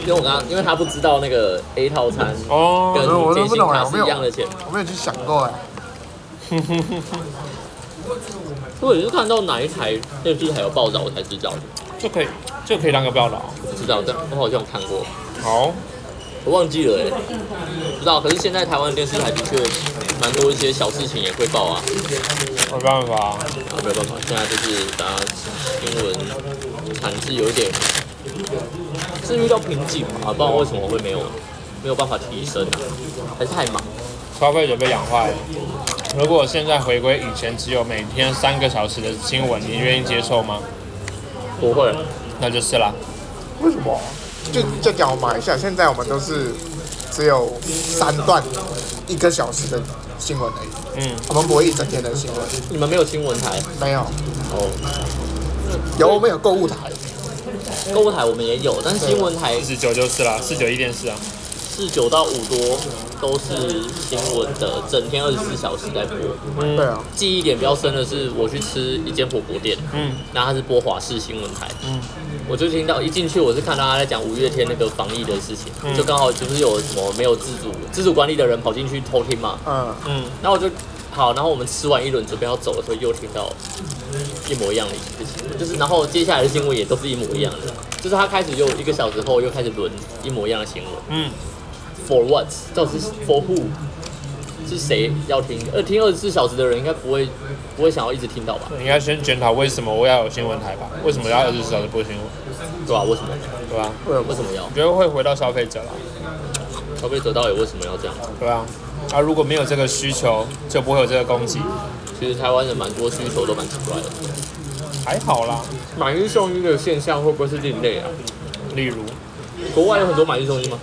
因为我刚刚因为他不知道那个 A 套餐哦跟我健都不行懂卡了，我是没一有样的钱，我没有去想过哎。所以我就看到哪一台电视台有报道，我才知道的，就可以就可以当个报道。不知道，但我好像看过，好，我忘记了哎、欸，不知道。可是现在台湾的电视台的确蛮多一些小事情也会报啊，没办法，没有办法，现在就是大家新闻产制有一点是遇到瓶颈嘛，不然为什么会没有没有办法提升啊？还是太忙，消费者被养坏了。如果现在回归以前只有每天三个小时的新闻，你愿意接受吗？不会。那就是啦。为什么？就就讲我们马来西亚，现在我们都是只有三段一个小时的新闻而已，嗯，我们不会一整天的新闻，你们没有新闻台没有，哦，有我们有购物台，购物台我们也有，但新闻台四九就是啦，四九一电视啊。是九到五多都是新闻的，整天二十四小时在播。对嗯啊，记忆点比较深的是，我去吃一间火锅店，嗯那它是播华视新闻台，嗯我就听到一进去，我是看到他在讲五月天那个防疫的事情，嗯就刚好就是有什么没有自主自主管理的人跑进去偷听嘛，嗯，嗯，然后我就好，然后我们吃完一轮准备要走的时候，又听到一模一样的事情，就是然后接下来的新闻也都是一模一样的，就是他开始又一个小时后又开始轮一模一样的新闻嗯， ，for what？到底是 for who？是谁要听？呃，听二十四小时的人应该不会不会想要一直听到吧？应该先检讨为什么我要有新闻台吧？为什么要二十四小时播新闻？对吧、为什么？对吧、为什为么？什么要我觉得会回到消费者啦，消费者到底为什么要这样？对吧、啊？啊，如果没有这个需求，就不会有这个供给，其实台湾人蛮多需求都蛮奇怪的。还好啦。买一送一的现象会不会是另类啊？例如，国外有很多买一送一吗？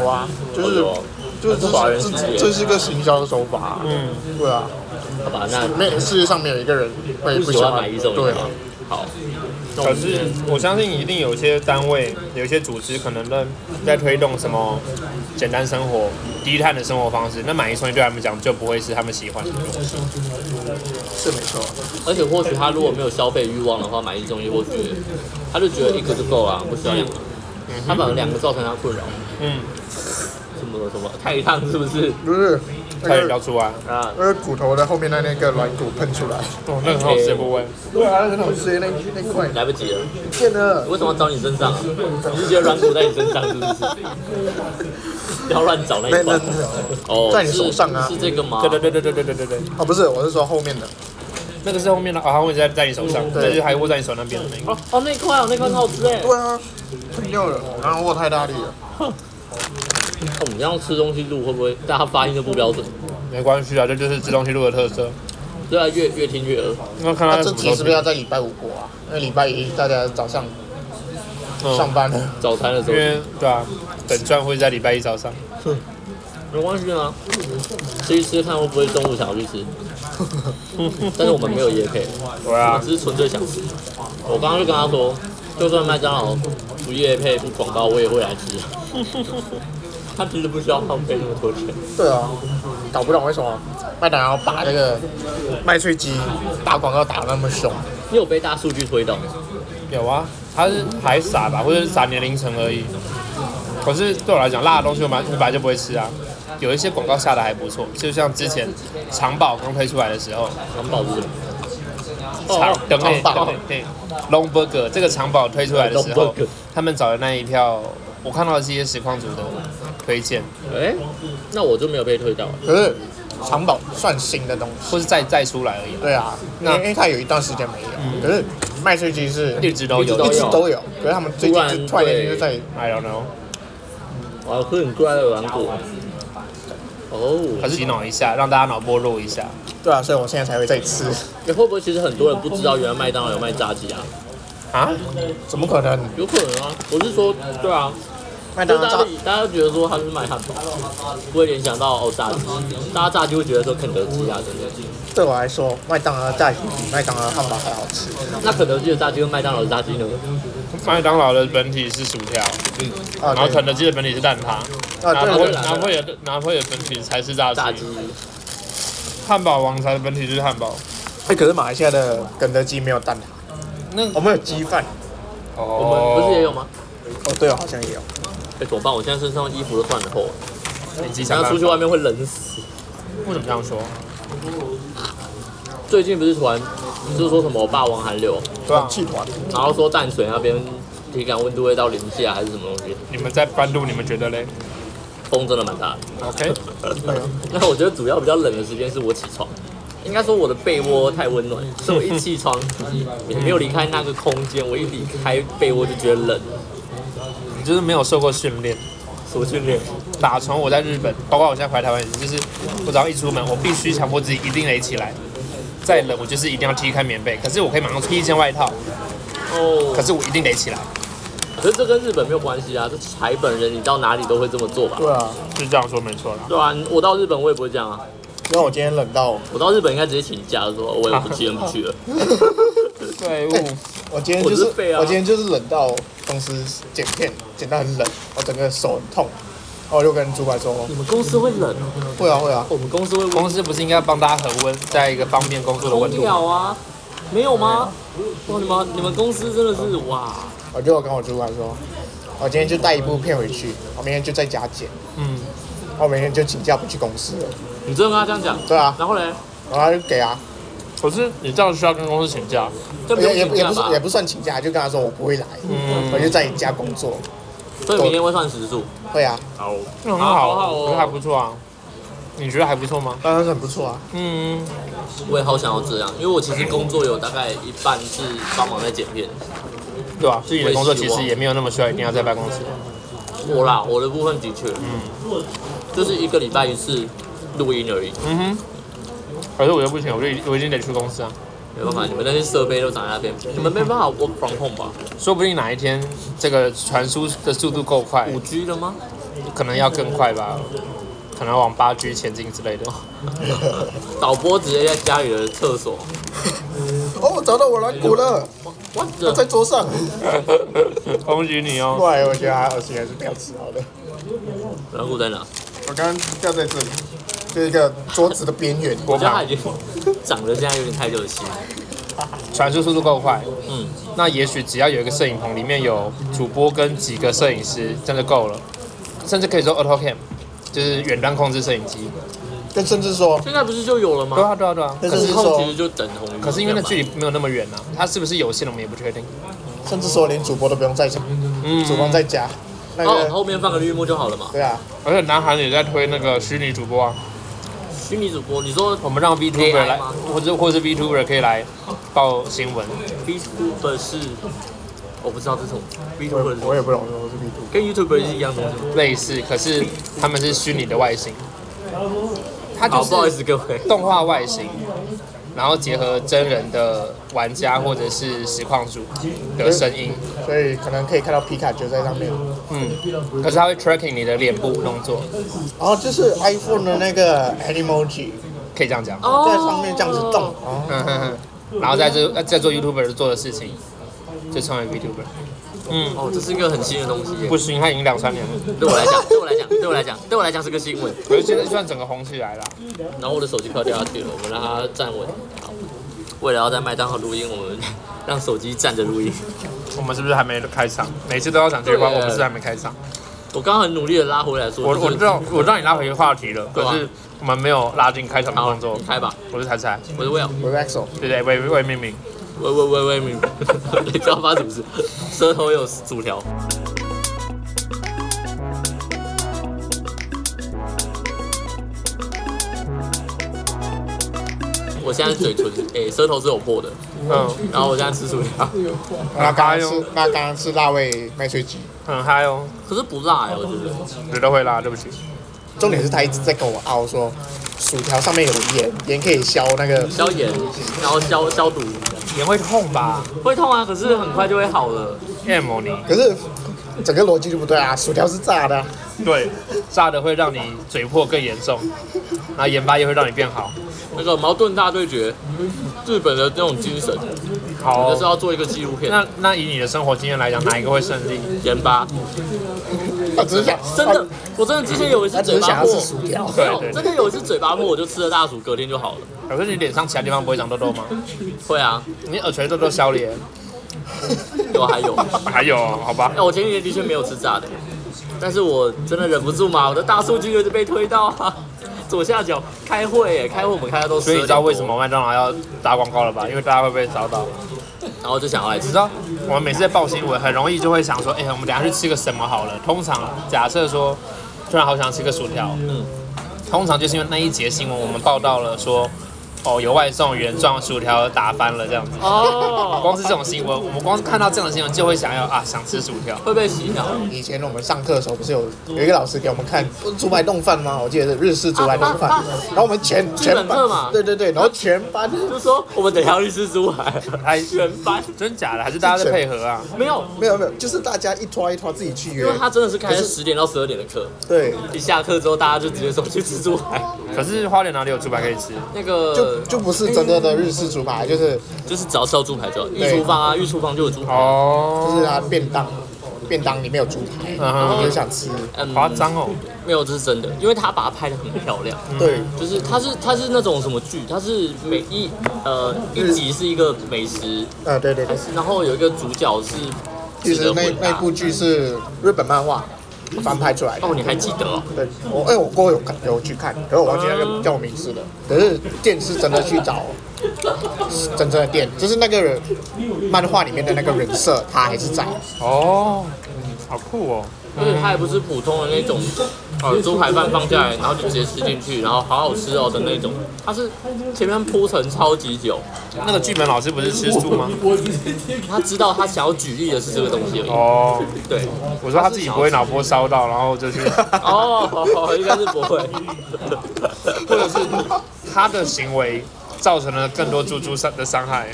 有啊，就是有哦就是华人这世界这这是个行销的手法啊，嗯，对啊，好吧，那没有世界上没有一个人会不不喜欢买一送一对吗啊，？好，那我可们是我相信一定有些单位、有些组织可能在在推动什么简单生活、低碳的生活方式，那买一送一对他们讲就不会是他们喜欢的东西。是没错，而且或许他如果没有消费欲望的话，买一送一或许他就觉得一个就够了，不需要两个。他反而两个造成他困扰，嗯，什么什么太烫是不是？就是那快点个聊出来。啊，那个骨头的后面的那个软骨喷出来，哦，那个很好吃的部位，对啊，很好吃那那块来不及了，见了，为什么要找你身上啊？你是觉得软骨在你身上是不是？不要乱找那没一块没没哦，在你手上啊是是这个吗？对对对对对对对对对，哦不是，我是说后面的，那个是后面的啊，它会在在你手上，对但是还握在你手那边的那个。哦哦，那一块哦，那块很好吃哎。对啊，喷掉了，然后握太大力了，我们这样吃东西录会不会大家发音都不标准？没关系啊，这就是自动西路的特色。对啊，越越听越饿。那看那他啊这什集么是时不是要候在礼拜五播啊？因为礼拜一大家早上上嗯，班了，早餐的时因候为对啊，本传会在礼拜一早上。没关系啊，吃一吃看会不会中午想要去 吃。但是我们没有夜配，对我啊，只是纯粹想吃。我刚刚就跟他说，就算麦当劳不夜配不广告，我也会来 吃。他其实不需要浪费那么多钱，对啊，搞不懂为什么麦当劳把这个麦脆鸡打广告打那么凶，你有被大数据推动吗？有啊，他是还傻吧，或者是傻年龄层而已。可是对我来讲，辣的东西我本来我本来就不会吃啊。有一些广告下的还不错，就像之前长宝刚推出来的时候，能保住吗？长哦等长等宝等等，Long Burger 这个长宝推出来的时候 Long Burger，他们找的那一票，我看到的是一些实况组的推荐，哎、那我就没有被推到。可是长宝算新的东西，或是再再出来而已啊。对啊，那那因为它有一段时间没有，可是麦脆鸡是嗯一直都有一一直有都有，可是他们最近就突然间就在，I don't know。我要喝哦很怪的软骨。哦，可是洗脑一下，让大家脑波弱一下。对啊，所以我现在才会再吃，你会不会其实很多人不知道原来麦当劳有卖炸鸡啊？啊？怎么可能？有可能啊，我是说，对啊，麦就当大家劳炸大家都觉得说他是卖汉堡，不会联想到哦炸鸡，大家炸鸡会觉得说肯德基啊肯德基，对我来说，麦当劳炸鸡比麦当劳汉堡还好吃，那肯德基的炸鸡跟麦当劳的炸鸡呢？麦当劳的本体是薯条，啊然后对肯德基的本体是蛋挞，啊拿对破对对拿破仑的拿破仑的本体才是炸炸鸡鸡，，汉堡王朝的本体就是汉堡。哎，可是马来西亚的肯德基没有蛋挞，哦那我们有鸡饭，哦我们不是也有？吗？哦对哦，好像也有，哎，怎么办？我现在身上衣服都穿得厚，你自己想想要办法出去外面会冷死。为什么这样说？最近不是突然就是说什么霸王寒流，对啊，哦气团然后说淡水那边体感温度会到零下还是什么东西，你们在搬路，你们觉得嘞风真的蛮大的。 ？OK，没有，那我觉得主要比较冷的时间是我起床，应该说我的被窝太温 暖，所以我一起床也没有离开那个空间，我一离开被窝就觉得冷。你就是没有受过训练。什么训练？打从我在日本，包括我现在回台湾也是，就是我只要一出门，我必须强迫自己一定得起来。再冷，我就是一定要踢开棉被，可是我可以马上披一件外套，哦可，是我一定得起来，可是这跟日本没有关系啊，这台本人你到哪里都会这么做吧？对啊，就是这样说没错啦。对啊，我到日本我也不会这样啊，因为我今天冷到， 我到日本应该直接请假说，哦我也不去，不去了。对，我今天就是我是废啊我今天就是冷到公司剪片剪到很冷，我整个手很痛，然后我就跟主管说，你们公司会冷，会啊会啊，哦我们公司会公司不是应该帮大家恒温，在一个方便工作的温空度？调啊？没有吗？哇，你们你们公司真的是哇，我就跟我主管说，我今天就带一部片回去，我明天就在家剪，嗯，然后我明天就请假不去公司了，你真的跟他这样讲？对啊，然后嘞，然后他就给啊，可是你这样需要跟公司请假，这不用也也请不也假不吧是也？不算请假，就跟他说我不会来，嗯我就在你家工作，所以明天会算时数。会啊，好，那很好好哦嗯我觉得还不错啊。你觉得还不错吗？当然是很不错啊， 嗯，我也好想要这样，因为我其实工作有大概一半是帮忙在剪片。对吧、自己的工作我也其希望实也没有那么需要一定要在办公室。我啦，我的部分的确，嗯就是一个礼拜一次录音而已，嗯哼，可是我就不行，我就一我一定得去公司啊。没办法，你们那些设备都长在那边，你们没办法 work from home 吧？说不定哪一天这个传输的速度够快，五 G 了吗？可能要更快吧，可能往八 G 前进 之类的。 导播直接在家里的厕所，哦，我找到我软骨了，我它在桌上，恭喜你哦！后来我觉得他耳机还是不要吃好了。软骨在哪？我刚刚掉在这里，就一个桌子的边缘。我我觉得他怕已经长得现在有点太热心，传输速度够快，嗯，那也许只要有一个摄影棚，里面有主播跟几个摄影师，这样就够了。甚至可以说 auto cam，就是远端控制摄影机。跟甚至说，现在不是就有了对吗？啊，对啊，对啊。但可是是控其实就等同于，可是因为那距离没有那么远啊，它是不是有线的我们也不确定。甚至说连主播都不用在场，嗯主播在家。那哦，个，后面放个绿幕就好了嘛。对啊，而且南韩也在推那个虚拟主播啊，虚拟主播，你说我们让 VTuber AI 来吗，或者或者 VTuber 可以来报新闻。 VTuber 是，我不知道这是什么我也 VTuber 是什我么，也不懂说是 B 图，跟 YouTuber 是一样的东西吗。类似，可是他们是虚拟的外形，它好，啊就哦不好意是思各位，动画外形，然后结合真人的玩家或者是实况组的声音，所以可能可以看到皮卡丘在上面。嗯，可是它会 tracking 你的脸部动作，然后哦就是 iPhone 的那个 Animoji 可以这样讲，哦在上面这样子动。。哦，嗯哼哼，然后在这在做 YouTuber 做的事情，就成为 YouTuber，嗯，哦，这是一个很新的东西耶，不行，它已经两三年了，对我来讲，对我来讲，对我来讲，对我来讲是个新闻。可是现在算整个红起来了，然后我的手机快要掉下去了，我们让它站稳。好为了要在麦当劳录音，我们让手机站着录音。我们是不是还没开场？每次都要讲这句话，对我们是不是还没开场。我刚刚很努力的拉回来说，我就是我知道我知道你拉回话题了，对啊可是我们没有拉进开场的好，动作你。开吧，我是彩彩，我是 Will，我是 Axel，对对，魏魏明明，喂喂喂喂，你 你知道发生什么事？舌头有薯条。我现在嘴唇，诶、舌头是有破的，嗯，然后我现在吃薯条，那刚刚吃哎呦那刚刚吃辣味麦脆鸡，很嗨哦，可是不辣哎、我觉得。觉得会拉，对不起，重点是他一直在跟我拗说，薯条上面有盐，盐可以消那个。消炎，然后消消毒，也会痛吧会痛啊，可是很快就会好了。 ？M 你可是整个逻辑就不对啊，薯条是炸的啊、对，炸的会让你嘴破更严重，然后盐巴也会让你变好，那个矛盾大对决，日本的那种精神，好就是哦。要做一个纪录片。那那以你的生活经验来讲，哪一个会胜利？盐巴，他只是想真的，我真的之前有一次他只嘴是巴想要破吃，薯条。没对有对真的有一次嘴巴破，我就吃了大薯，隔天就好了。可是你脸上其他地方不会长痘痘吗？会啊，你耳垂痘痘消了耶，有有还有，还有哦好吧那、，我前几天的确没有吃炸的，但是我真的忍不住嘛，我的大数据就是被推到 啊，左下角开会耶，开会我们开到都所以你知道12为什么麦当劳要打广告了吧？因为大家会被找到。点多，然后就想要来你吃知。道，我们每次在报新闻，很容易就会想说，哎、我们等一下去吃个什么好了。通常啊假设说，突然好想吃个薯条，嗯嗯，通常就是因为那一节新闻我们报道了说，哦，有外送员撞薯条打翻了这样子。哦，光是这种新闻，我们光是看到这种新闻就会想要啊，想吃薯条。会被洗脑。以前我们上课的时候，不是有有一个老师给我们看竹排冻饭吗？我记得是日式竹排冻饭啊啊啊，然后我们全基本全课嘛班，对对对，然后全班就说我们等一下要去吃猪排，哎全班真假的，还是大家在配合啊？没有，没有没有，就是大家一拖一拖自己去因约为，他真的是开可是十点到十二点的课，对，一下课之后大家就直接说去吃猪排， 可是花莲哪里有猪排可以吃？那就个就不是真的的日式竹排，就是就是只要吃到猪排就好，御对厨房啊，御厨房就有猪排，哦，就是啊他便当，便当里面有猪排，嗯我哼就想吃，嗯，夸张哦，没有，这是真的，因为他把它拍的很漂亮，对，就是它是它是那种什么剧，它是每一呃一集是一个美食，呃对对对，然后有一个主角是值其实得那混那搭部。剧是日本漫画翻拍出来的哦，。你还记得哦？对，我哎、我过后有看有去看，可是我忘记那个叫我名字了。可是店是真的去找真正的店，就是那个人漫画里面的那个人设，他还是在。哦，好酷哦。而且它还不是普通的那种，呃，猪排饭放下来，然后就直接吃进去，然后好好吃哦的那种。它是前面铺陈超级久，那个剧本老师不是吃素吗？他知道他想要举例的是这个东西而已。哦，对，我说他自己不会脑波烧到，然后就是，哦，应该是 不会。或者是 他的行为造成了更多猪猪伤的伤害。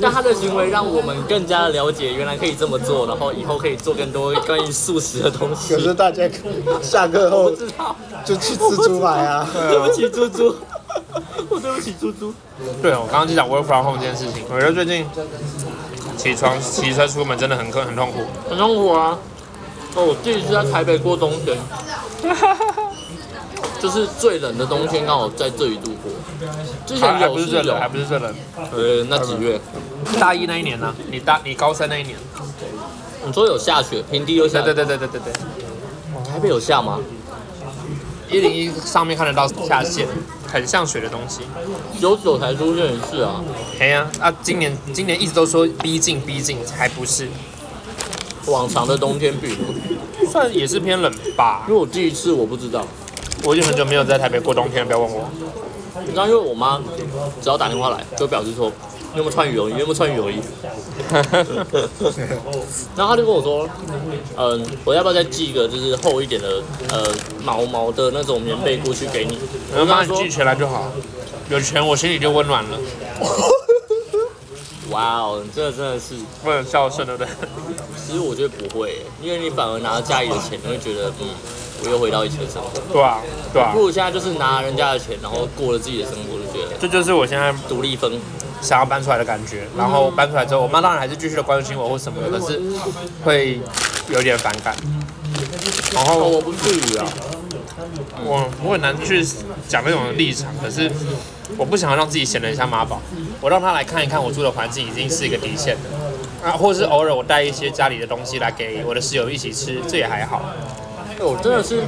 但他的行为让我们更加的了解，原来可以这么做，然后以后可以做更多关于素食的东西可。是大家下课我后不知道，就去吃猪排啊。对不起猪 猪，我对不起猪猪。对，我刚刚就讲 work from home 这件事情，我觉得最近起床骑车出门真的很困很痛苦。很痛苦啊！哦，我第一次在台北过冬 天，就是最冷的冬天，刚好在这里度过。之还前还有不是最有冷，还，不是最冷。呃，那几月？大一那一年呢、你大你高三那一年。你说有下雪，平地有下雪，对对对对对对对。台北有下吗？一零一上面看得到下线，很像水的东西。九九才出现一次啊，哎呀，啊，今年今年一直都说逼近逼近，还不是，往常的冬天比，算也是偏冷吧因。为我第一次我不知道，我已经很久没有在台北过冬天了，不要问 我。你知道，因为我妈只要打电话来，就表示说你有没有穿羽绒衣，你有没有穿羽绒衣。然后他就跟我说，嗯，我要不要再寄一个就是厚一点的呃毛毛的那种棉被过去给你？我我就跟他帮你说寄，全来就好，有全我心里就温暖了。哇哦，你这真的是，我很孝顺，对不对？其实我觉得不会耶，因为你反而拿家里的钱，你会觉得嗯，我又回到以前的生活。 对啊，对啊不，如现在就是拿人家的钱，然后过了自己的生活，就觉得这就是我现在独立分。想要搬出来的感觉。然后搬出来之后，我妈当然还是继续的关心我或什么的，可是会有点反感。然哦，后我不至于啊，我我很难去讲那种立场，可是我不想要让自己显得很像妈宝，我让他来看一看我住的环境已经是一个底线了。啊，或是偶尔我带一些家里的东西来给我的室友一起吃，这也还好。我真的是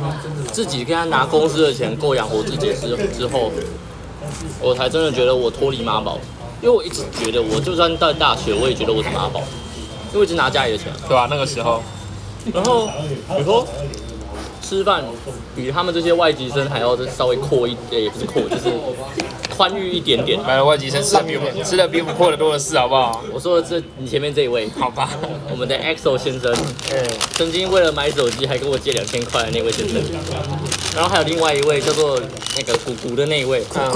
自己跟他拿公司的钱够养活自己之之后，我才真的觉得我脱离妈宝，因为我一直觉得我就算在大学，我也觉得我是妈宝，因为我一直拿家里的钱，对吧、那个时候，然后你说吃饭比他们这些外籍生还要再稍微阔一，也不是阔，就是宽裕一点点。来了外籍生吃的比我们吃的比我们阔的多的是，好不好？我说的这你前面这一位，好吧，我们的 EXO 先生，曾经为了买手机还跟我借两千块的那位先生，然后还有另外一位叫做那个姑姑的那一位，嗯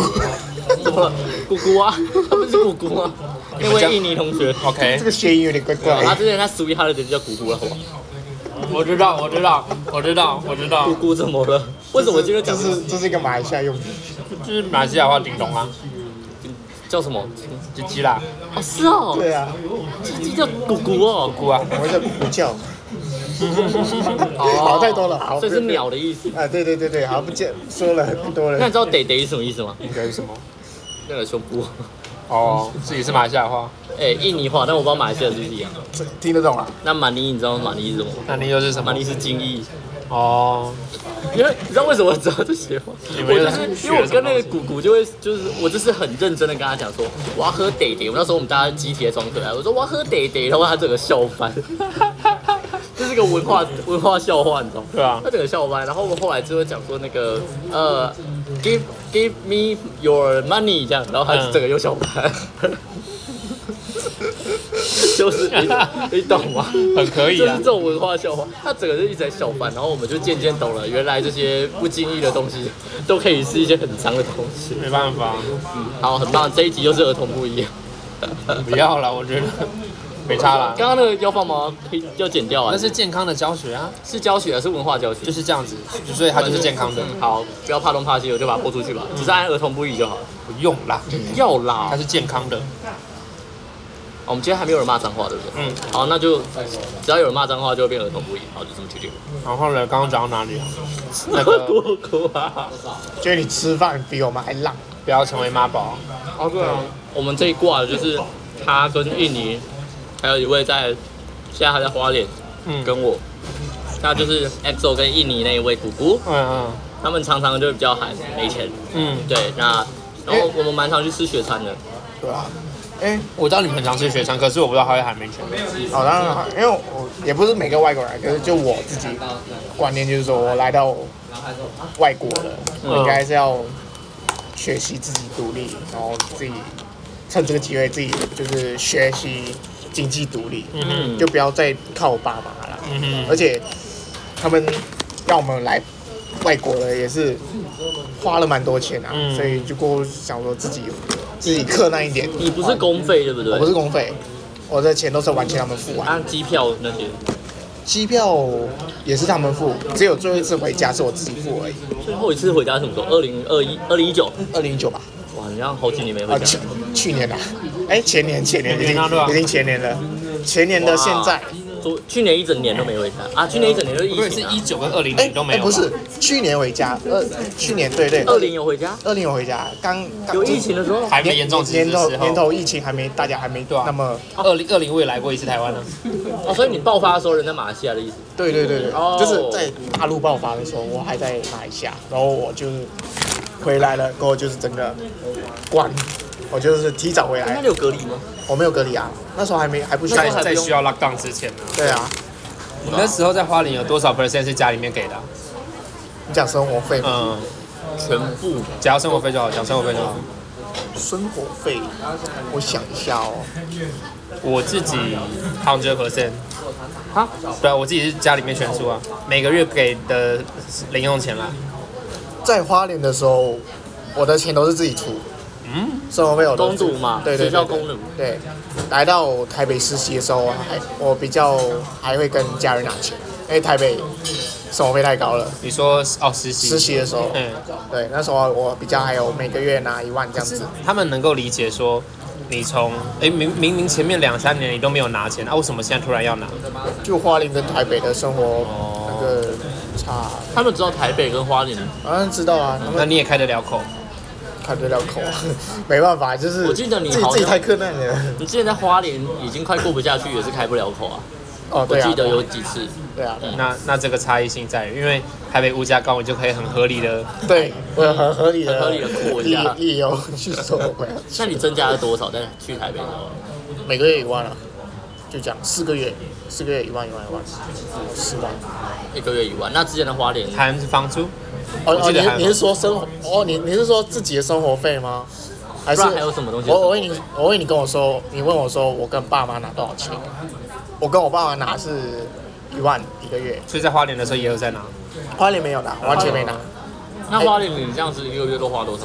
怎么了？姑姑啊，他不是姑姑啊，那位印尼同学。这，OK，个谐音有点怪他怪。之前他属于他的姐姐叫姑姑了，好不好？我知道，我知道，我知道，我知道姑，姑怎么了？为什么今天这讲是这是一个马来西亚用语，就是马来西亚话叮咚啊，叫什么？叽叽啦，哦，是哦，对啊，这叫姑姑哦，咕啊，我们叫不 叫，哦好太多了，好，所以是秒的意思。啊，对对对对，好不见说了很多那你人，知道“得得”是什么意思吗？应该是什么？那个胸部。哦，自己是马来西亚话，哎、印尼话，但我不知道马来西亚是不是一样。这听得懂啊？那马尼，你知道马尼是什么吗？那你又是什么马？尼是精益，哦，因为你知道为什么我知道这些吗？你我们就又是是学因为我跟那个什么东西谷谷就会，就是我就是很认真的跟他讲说，我要喝得得。我们那时候我们大家集体在装可爱，我说我要喝得得，然后他整个笑翻， 这是个文化文化笑话，你知道吗？对啊他整个笑翻。然后我们后来就会讲说那个呃，give give me your money 这样，然后他嗯整个又笑翻。 就是你嗯你懂吗？很可以就是啊这。种文化笑话，他整个就一直在笑翻，然后我们就渐渐懂了，原来这些不经意的东西都可以是一些很脏的东西。没办法，好，很棒，这一集又是儿童不宜。 不要了，我觉得 没差啦。刚刚那个要放吗？可以要剪掉啊那。是健康的教学啊，是教学啊，是文化教学就。是这样子，所以它就是健康的，嗯好，不要怕东怕西，我就把它播出去吧。只是按儿童不宜就好了。不用啊啦，要啦它，是健康的。哦我们今天还没有人骂脏话，对不对？嗯，好，那就只要有人骂脏话，就会变儿童不宜。好，就这么决定。然后呢，刚刚讲到哪里啊？那 个多 哭啊！觉得你吃饭比我们还浪，不要成为妈宝，哦，对啊，我们这一挂的就是他跟印尼，还有一位在现在还在花莲嗯，嗯跟我，那就是 EXO 跟印尼那一位姑姑，嗯他们常常就比较喊没钱，嗯，对，那然后我们蛮常去吃雪餐的，对吧、哎、我知道你们很常吃雪餐，可是我不知道它会喊名全。好，当然，因为我也不是每个外国人，可是就我自己观念就是说，我来到外国了，嗯我应该是要学习自己独立，然后自己趁这个机会自己就是学习经济独立，嗯就不要再靠我爸妈了。嗯而哼，且他们让我们来外国了，也是花了蛮多钱啊，嗯所以就过后想说自己自己克难一点。你不是公费对不对？我不是公费，我的钱都是完全他们付完。按机票那些，机票也是他们付，只有最后一次回家是我自己付而已。最后一次回家是什么时候？二零二一、二零一九，二零一九吧，哇，你像好几年没啊回去家，去年啊，哎前年前年已前年啊对吧经已经前年了，前年的现在，昨去年一整年都没回家啊，去年一整年都疫不是情、是啊，一九跟二零哎年都没哎有，不是，去年回家，二去年对对二零有回家，二零有回家，刚刚有疫情的时候，还没严重年时年的头时年候。头疫情还没大家还没对啊那么二零二零我也来过一次台湾啊了，哦，所以你爆发的时候人在马来西亚的意思。对对对对，哦就是在大陆爆发的时候，我还在马来西亚，然后我就是回来了，过后就是整个关，哎我就是提早回来那。你有隔离吗？我没有隔离啊，那时候还没还不需那要时候还在不在用需要 lock down 之前呢，对啊，你那时候在花莲有多少 percent 是家里面给的啊？你讲生活费吗？嗯，全部只要生活费就好，讲生活费就好。生活费，我想一下哦，我自己 hundred percent，啊，对啊，我自己是家里面全出啊，每个月给的零用钱啦。在花莲的时候，我的钱都是自己出，嗯，生活费我都公主嘛对对对学校公主对，来到台北实习的时候，我还我比较还会跟家人拿钱，因为台北生活费太高了。你说哦实习，实习的时候，嗯，对，那时候我比较还有每个月拿一万这样是子，他们能够理解说，你从哎、明明明前面两三年你都没有拿钱，啊为什么现在突然要拿？就花莲跟台北的生活那个差，他们知道台北跟花莲，好像知道啊，他那们你也开得了口？看得了口，啊 没办法，就是我记得你自己好像自己太困难了。你之前在花莲已经快过不下去，也是开不了口啊。哦，我对啊，记得有几次，对啊，那那这个差异性在于，因为台北物价高，你就可以很合理的，对，我有很合理的很合理的扩理加理由去说我要那你增加了多少？在去台北的话，每个月一万啊，就这样，四个月，四个月一万一万一万，十万。一个月一万。那之前的花莲含房租，哦我哦，记得还有你你是说生活？哦，你你是说自己的生活费吗？还是不然还有什么东西我我问你，我问你跟我说，你问我说我跟爸妈拿多少钱？我跟我爸妈拿是一万一个月，所以在花莲的时候也有在拿。花莲没有拿，完全没拿，那花莲你这样子一个月都花多少？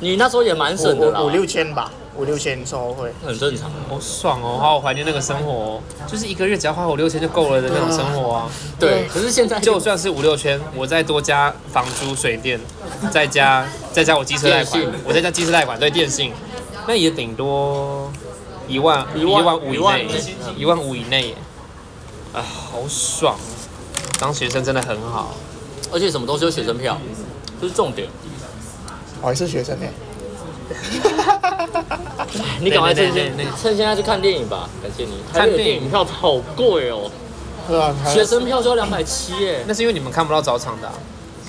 你那时候也蛮省的啦五，五六千吧，五六千生活费。很正常。啊好爽哦，好怀念那个生活、哦，就是一个月只要花五六千就够了的那种生活啊。对，可是现在 就算是五六千，我再多加房租、水电，再加再加我机车贷款电信，我再加机车贷款，对电信，那也顶多一万一一万万五以一万内，一万五以内耶，啊，好爽！当学生真的很好，而且什么东西有学生票，这是重点。我还是学生呢、你赶快趁对现对对对趁现在去看电影吧，感谢你。看台北的电影电影票好贵哦，对啊，台学生票就要两百七耶。那是因为你们看不到早场的啊、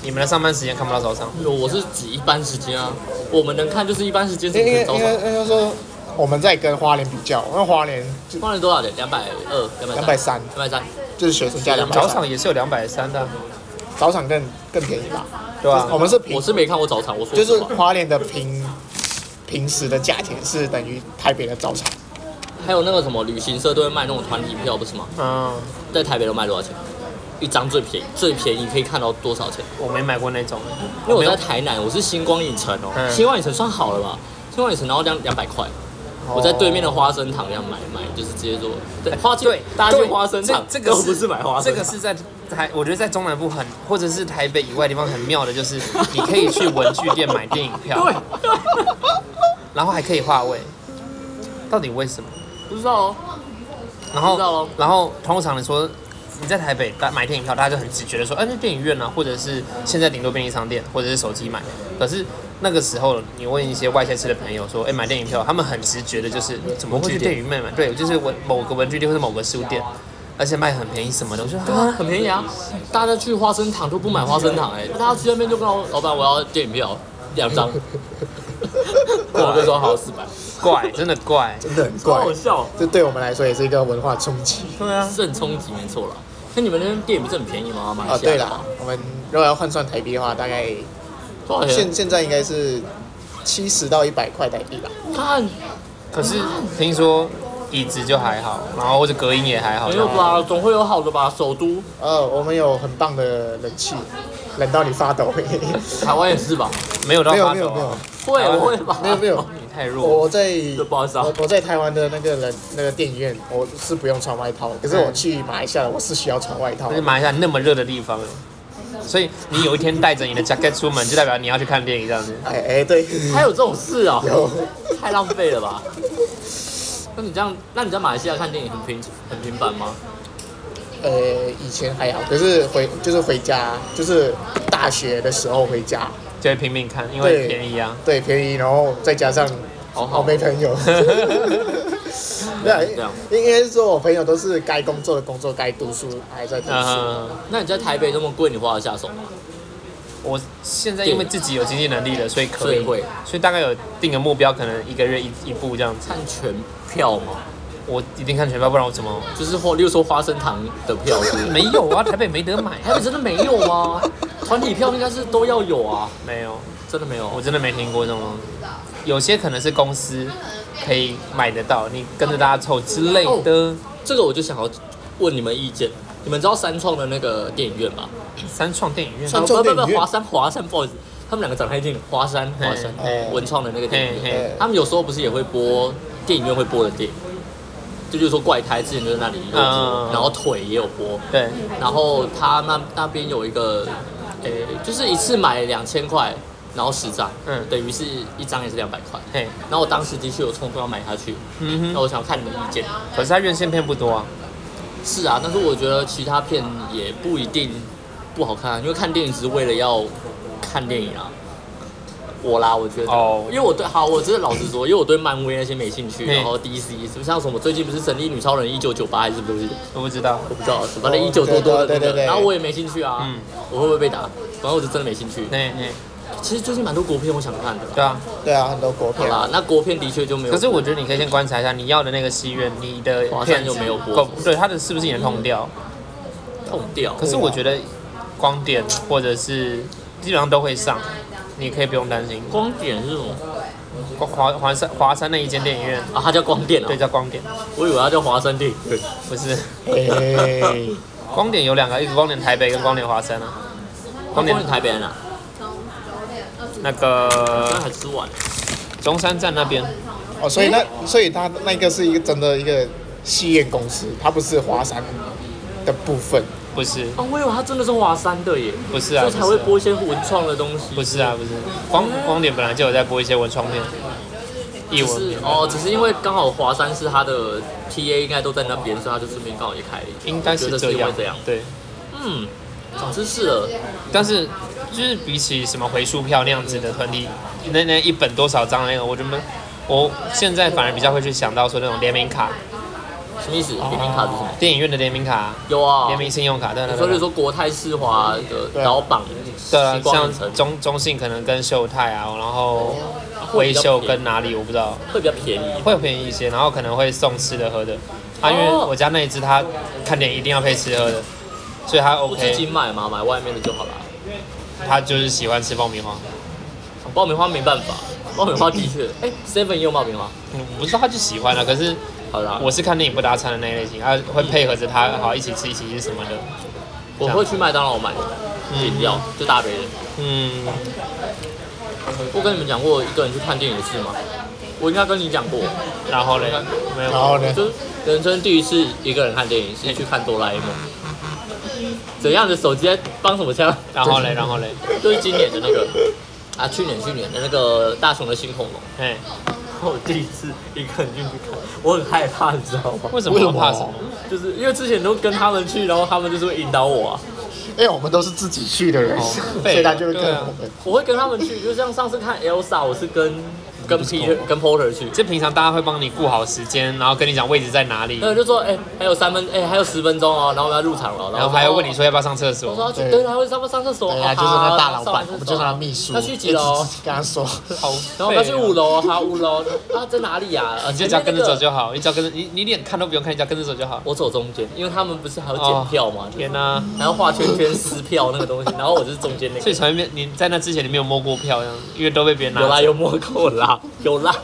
你们的上班时间看不到早场。有我是指一般时间啊，我们能看就是一般时间，怎因么可能早为因为上？因为说我们在跟花莲比较，因为花莲就花莲多少钱？两百二，两百230两百三。就是学生价两百早三，场也是有两百三的啊，早场更更便宜吧？对啊吧、我们是平我，是没看过早场，我说就实是话花莲的平平时的价钱是等于台北的早场，还有那个什么旅行社都会卖那种团体票，不是吗？嗯，在台北都卖多少钱？一张最便宜，最便宜可以看到多少钱？我没买过那种，因为我没有在台南，我是星光影城哦，嗯星光影城算好了吧？星光影城然后两两百块，哦我在对面的花生糖这样买买，就是直接做对花去哎对，大家去对花生糖，这这个都不是买花生这糖，个是在台，我觉得在中南部很，或者是台北以外地方很妙的，就是你可以去文具店买电影 票，对，对然后还可以划位，到底为什么？不知道哦，然知道哦后，然后通常你说你在台北大买电影票，大家就很直觉的说，哎、那电影院啊，或者是现在顶多便利商店，或者是手机买。可是那个时候，你问一些外县市的朋友说，哎、买电影票，他们很直觉的就是你怎么会去电影院买？对，就是文某个文具店或者某个书店，而且卖很便宜什么的，我 就对啊，啊，很便宜啊，大家去花生糖都不买花生糖哎、大家去那边就跟老老板我要电影票两 张，我就说好四百，怪，真的怪，真的很好怪好。笑，这对我们来说也是一个文化冲击对啊，是很冲击没错啦。那你们那边电影不是很便宜吗？马啊！来西亚对啦，我们如果要换算台币的话，大概多少钱现？现在应该是七十到一百块台币吧。看可是听说椅子就还好，然后或者隔音也还好，没有然后吧，总会有好的吧。首都呃，我们有很棒的冷气，冷到你 发抖。 台湾也是吧？没有到没有发没抖有没有啊，会台湾我会吧？没有没有，你太弱了。我在这不好意思啊我我在台湾的那个人那个电影院，我是不用穿外套，可是我去马来西亚我是需要穿外套而。且马来西亚那么热的地方，所以你有一天带着你的 jacket 出门，就代表你要去看电影这样子。哎哎，对，还有这种事啊？有太浪费了吧？那你这样，那你在马来西亚看电影很频很频繁吗？ 呃，以前还好，可是回就是回家，就是大学的时候回家，就会拼命看，因对为便宜啊。对，便宜，然后再加上好我好，哦没朋 友。这对啊样，应该是说我朋友都是该工作的工作，该读书还在读嗯、书。那你在台北这么贵，你花得下手吗？我现在因为自己有经济能力了，所以可所以以，会所以大概有定个目标，可能一个月一一部这样子。看全票吗？我一定看全票，不然我怎么就是或例如说花生糖的票是不是？没有啊？台北没得买、台北真的没有吗？ 团体票应该是都要有啊， 没有，真的没有哦我。真的没听过这种东西。有些可能是公司可以买得到，你跟着大家凑之类的。这个我就想要问你们意见。你们知道三创的那个电影院吧？三创电影院，三创不不电影不，院华山华山，不好意思，他们两个长太近了。华山华山嘿文创的那个电影嘿院，嘿，呃他们有时候不是也会播电影院会播的电影，就比如说怪胎之前就在那里有播，嗯然后腿也有播，对，然后他那那边有一个，诶、就是一次买两千块，然后十张，嗯等于是一张也是两百块。嘿，然后我当时的确有冲动要买下去，嗯哼那。我想看你们意见。可是它院线片不多啊，是啊，但是我觉得其他片也不一定不好看啊，因为看电影只是为了要看电影啊。我啦，我觉得哦因为我对好，我真的老实说，因为我对漫威那些没兴趣，嘿然后 DC 是不是像什么最近不是《神力女超人》一九九八还是什么东西，我不知道。我不知道，反正一九多多的哦对那对个，对然后我也没兴趣啊，嗯我会不会被打？反正我就真的没兴趣。对对其实最近蛮多国片我想看的啦，对啊，对啊，很多国好片。啦，那国片的确就没有。可是我觉得你可以先观察一下你要的那个戏院，你的华山片有子没有播嗯够对它的是不是你的痛调？痛掉，可是我觉得光点或者是基本上都会上，你可以不用担心。光点是什么华华华山华山那一间电影院，啊？它叫光点啊对，，叫光点，我以为它叫华山电影院。不是哎，光点有两个，一个光点台北，一个光点华山啊。光光点点台北人啊，那刚个才吃完了，中山站那边，哦，所以那所以他那个是一个真的一个戏院公司，它不是华山的部分。不是啊，我以为它真的是华山的耶，不是啊，所以才会不是啊播一些文创的东西。不是啊，不是光光点本来就有在播一些文创片，译只文是片。哦，只是因为刚好华山是它的 TA 应该都在那边，所以它就顺便刚好也开了一间。应该是我觉得这是因为样，这样。对。嗯，长知识了。但是就是比起什么回数票那样子的团体，那那一本多少张那个，我觉得我现在反而比较会去想到说那种联名卡，什么意思？联名卡是什么？电影院的联名卡、有啊，联名信用卡，对对所以对。说国泰世华的对老板，对啊，星光影城像中中信可能跟秀泰啊，然后会微比较秀便宜跟哪里我不知道，会比较便宜。会便宜一些，然后可能会送吃的喝的。啊，因为哦我家那一只它看电影一定要配吃喝的，所以它不自己 OK，买嘛，买外面的就好了。它就是喜欢吃爆米花。爆米花没办法，爆米花的 确，哎，seven 也有爆米花。嗯，我不知道它就喜欢了，可是好啦，我是看电影不搭餐的那一类型，它会配合着它好一起吃一起吃什么的。我会去麦当劳买饮料，就大杯的。嗯，我跟你们讲过一个人去看电影的事吗？我应该跟你讲过，然后嘞，没有，然后呢？就是人生第一次一个人看电影是去看哆啦 A 梦。怎样的手机在帮什么枪？然后嘞，然后嘞， 就是今年的那个啊，去年去年的那个大雄的新恐龙。哎，我第一次一个人进去看，我很害怕，你知道吗？为什么为什我怕么什么？就是因为之前都跟他们去，然后他们就是会引导我啊。因为我们都是自己去的哦人，所以他就会跟我们。我会跟他们去，就像上次看 Elsa，我是跟跟 Peter 跟 Porter 去，就平常大家会帮你顾好时间，然后跟你讲位置在哪里，然后就说哎、还有三分哎、还有十分钟哦，然后我们要入场了，然后我说还要问你哦说要不要上厕我说所，要去，对对，他会上不上厕所？对哦啊，就是那大老好板上完厕，所我们就是他秘书，他去几楼 一直跟他说，好然后我废要去五哦。楼，好五楼啊，在哪里呀、啊？你就只要跟着走前面那个就好，你只要跟着你你连看都不用看，你只要跟着走就好。我走中间，因为他们不是还有检票吗？天哪、还要画圈圈撕票那个东西，然后我就是中间那个所以。从来没有你在那之前你没有摸过票，这样因为都被别人拿有啦，走。有摸过啦， 有啦。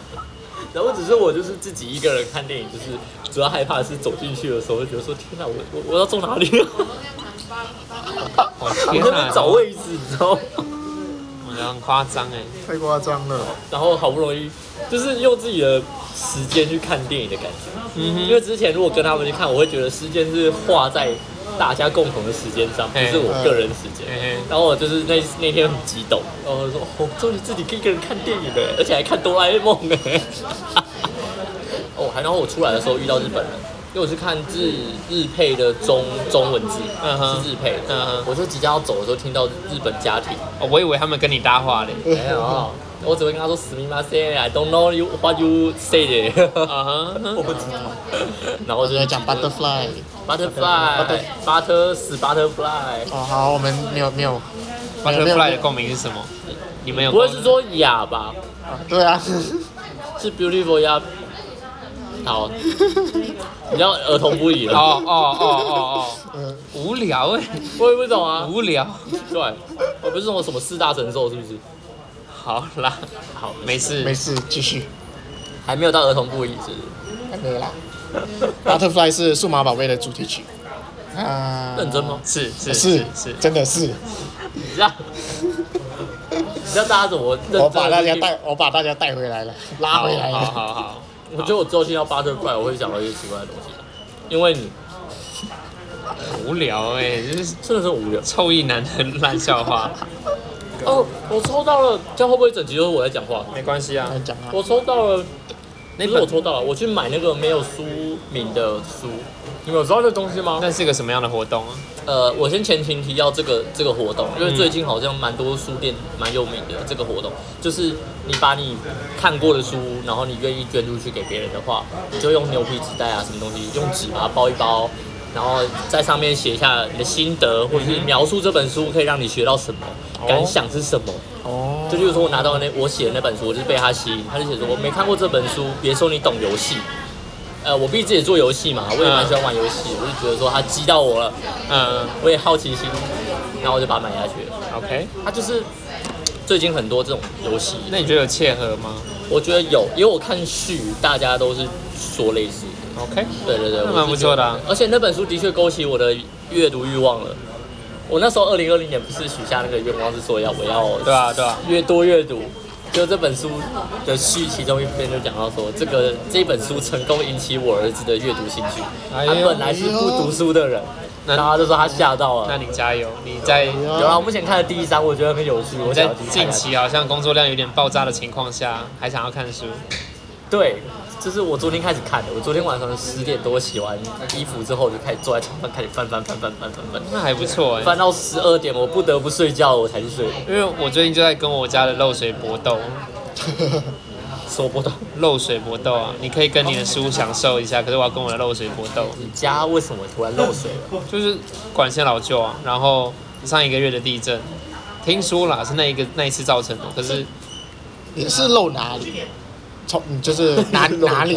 然后只是我就是自己一个人看电影，就是主要害怕的是走进去的时候就觉得说天哪，我我我要坐哪里？ 哦我天在那哪、边找位置，你知道吗？我觉得很夸张哎。太夸张 了。然后好不容易就是用自己的时间去看电影的感觉，嗯因为之前如果跟他们去看，我会觉得时间是画在大家共同的时间上，不嘿是我个人时间。嘿嘿然后我就是那那天很激动，然后我说：“哦，终于自己可以一个人看电影了，而且还看哆啦 A 梦哎！” 哦，还然后我出来的时候遇到日本人，因为我是看日日配的中中文字，嗯哼是日配的，嗯哼我就即将要走的时候听到日本家庭，哦我以为他们跟你搭话嘞。没有，哦我只会跟他说“すみません，I don't know you what you say” 啊我哈，不知道，然后我就就在讲 butterfly。 butterfly butter 死 butterfly。哦，好，我们没有没有，巴特没有弗没莱有的共鸣是什么？你们有不共会鸣？是说哑吧？啊对啊，是 beautiful 呀。 好，你要儿童不宜哦了。哦哦哦嗯，哦，无聊哎、我也不懂啊。无聊。对，我不是说什么四大神兽是不是？好啦，好，没事没事，继续，还没有到儿童不宜是还没有啦。不是？ Butterfly 是数码宝贝的主题曲。啊，认真吗？是是是是是，真的是，你知 道？你知道大家怎么认真？我把大家。带，我把大家带回来了，拉好回来好了。好好，我觉得我之后听到 butterfly，我会想到一些奇怪的东西，因为你无聊哎、就是真的是无聊。臭意男的 烂笑话。哦，我抽到了，这样会不会整集都是我在讲话？没关系啊来，讲 啊，我抽到了，那那是我本抽到了，我去买那个没有书名的书。你们有知道这东西吗？那是个什么样的活动啊？呃，我先前情提要这个这个活动，啊因为最近好像蛮多书店蛮有名的这个活动，就是你把你看过的书，然后你愿意捐出去给别人的话，你就用牛皮纸袋啊什么东西，用纸把它包一包，然后在上面写下你的心得，或者是描述这本书可以让你学到什么，感想是什么。哦，就例如说，我拿到那我写的那本书，我就是被他吸引，他就写说我没看过这本书，别说你懂游戏。呃，我毕竟也做游戏嘛，我也蛮喜欢玩游戏，我就觉得说他激到我了，嗯我也好奇心，然后我就把它买下去了。 ，OK。他就是最近很多这种游戏，那你觉得有切合吗我觉得有，因为我看序大家都是说类似的， ？OK，对对对，那我蛮是不错的、啊觉。得。而且那本书的确勾起我的阅读欲望了。我那时候二零二零年不是许下那个愿望，是说要我要对啊对啊越多阅读。就这本书的序，其中一篇就讲到说，这个这本书成功引起我儿子的阅读兴趣。哎他呦本来是不读书的人，那然后他就说他吓到了。那你加油，你在有啦，我目前看的第一章，我觉得很有趣，我我想在要继续看近下去。期好像工作量有点爆炸的情况下，还想要看书，对，就是我昨天开始看的，我昨天晚上十点多洗完衣服之后，我就开始坐在床上开始翻翻翻翻翻翻翻。那还不错哎、翻到十二点，我不得不睡觉，我才去睡。因为我最近就在跟我家的漏水搏斗，手搏斗，漏水搏斗啊，你可以跟你的食物享受一下，可是我要跟我的漏水搏斗，你家为什么突然漏水了？就是管线老旧啊，然后上一个月的地震，听说啦是那一个那一次造成的，可是你是漏哪里？从你就是哪哪里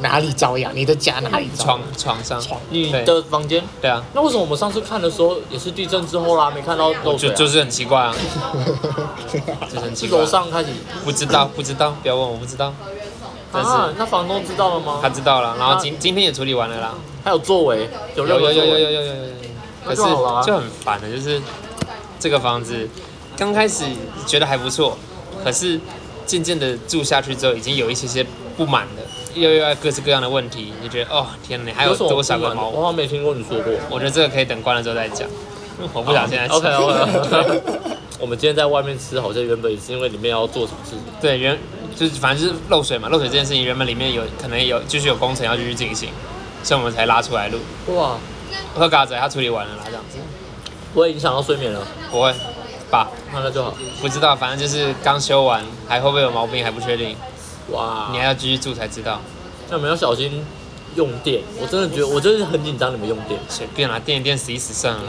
哪里遭殃？你的家哪里遭床殃？床上，你对的房间？对啊，那为什么我们上次看的时候也是地震之后啦，没看到漏水、就啊？就是很奇怪啊，就是很是奇怪楼啊，上开始不知道不知道，不要问我不知道，但是啊？那房东知道了他吗？知道了，然后嗯今今天也处理完了啦，他有作为，有有任有何有作有有为？有有有，那可是就好了啊就很烦的，就是这个房子刚开始觉得还不错，可是渐渐的住下去之后，已经有一些些不满了，又又要各式各样的问题，你觉得哦天哪，还有有什么多少不个满的毛我好像没听过你说过。我觉得这个可以等关了之后再讲，我不想现在讲。 OK OK。我们今天在外面吃，好像原本也是因为里面要做什么事情。对，原就是反正就是漏水嘛，漏水这件事情原本里面有可能有继续有工程要继续进行，所以我们才拉出来录。哇，喝嘎仔他处理完了啦，这样子不会影响到睡眠了，不会吧？那那就好。不知道，反正就是刚修完，还会不会有毛病还不确定，哇，你还要继续住才知道。那你们要小心用电，我真的觉得我真的很紧张你们用电。随便啦，垫一垫死一死算了。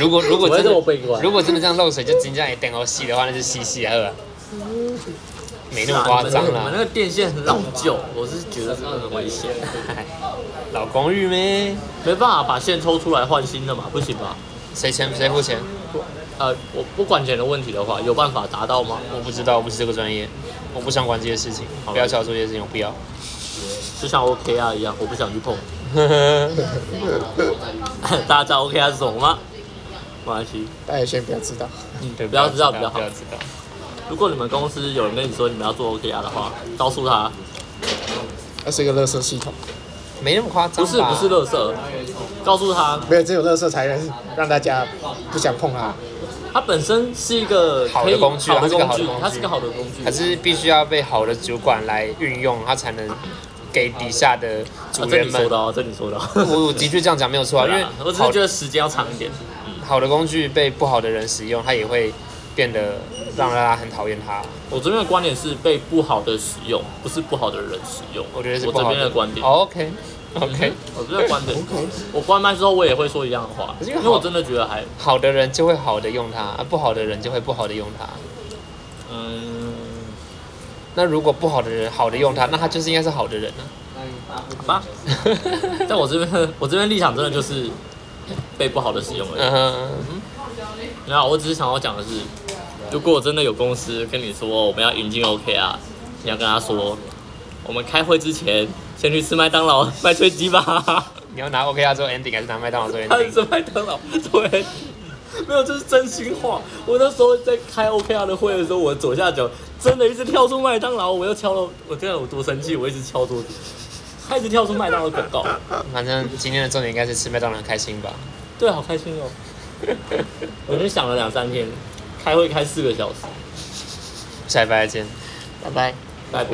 如果如果我还真是我的背过来，如果真的这样漏水，就真这样一点哦细的话，那就细细啊，二，没那么夸张你们啦 那。个电线很老旧，我是觉得这个很危险，老公寓咩？没办法把线抽出来换新的嘛，不行吧？谁钱谁付钱？呃，我不管钱的问题的话，有办法达到吗？我不知道，我不是这个专业，我不想管这些事情，好吧不要叫我做这些事情，我不 要。就像 OKR 一样，我不想去碰。 大家知道 OKR 是什么吗？没关系， 大家先不要知道，对，不要知道不比较好不要知道。如果你们公司有人跟你说你们要做 OKR 的话，告诉他那是一个垃圾系统，没那么夸张不吧，是不是垃圾，告诉他没有只有垃圾才能让大家不想碰啊它。它本身是一个好的可以工具啊好的它是个工好的具工，具它是个好的工具啊还。是必须要被好的主管来运用，他才能给底下的啊组这员你说们。的哦，这你说的哦。我 我的确这样讲没有错啊，因为啦我只好是觉得时间要长一点。好的工具被不好的人使用，他也会变得让大家很讨厌他。我这边的观点是被不好的使用，不是不好的人使用。我觉得是我不这好边的观点。哦 OK 嗯 OK，我这边的观 点。我关麦之后，我也会说一样的话，可是因因为好为我真的觉得还，好的人就会好的用它，啊不好的人就会不好的用它。嗯，那如果不好的人好的用它，那他就是应该是好的人啊。好吧。但我这边， 我这边立场真的就是被不好的使用而已。嗯，然后我只是想要讲的是，如果真的有公司跟你说哦我们要引进 OK 啊，你要跟他说，我们开会之前先去吃麦当劳麦脆鸡吧。你要拿 OK 啊做 ending 还是拿麦当劳做他是 ending？吃麦当劳，对，没有，这是真心话。我那时候在开 OKR 的会的时候，我左下角真的一直跳出麦当劳，我又敲了，我这样我多生气，我一直敲桌子，他一直跳出麦当劳广告，反正今天的重点应该是吃麦当劳很开心吧。对，好开心哦。我就想了两三天，开会开四个小时，下礼拜再见。拜拜。拜拜。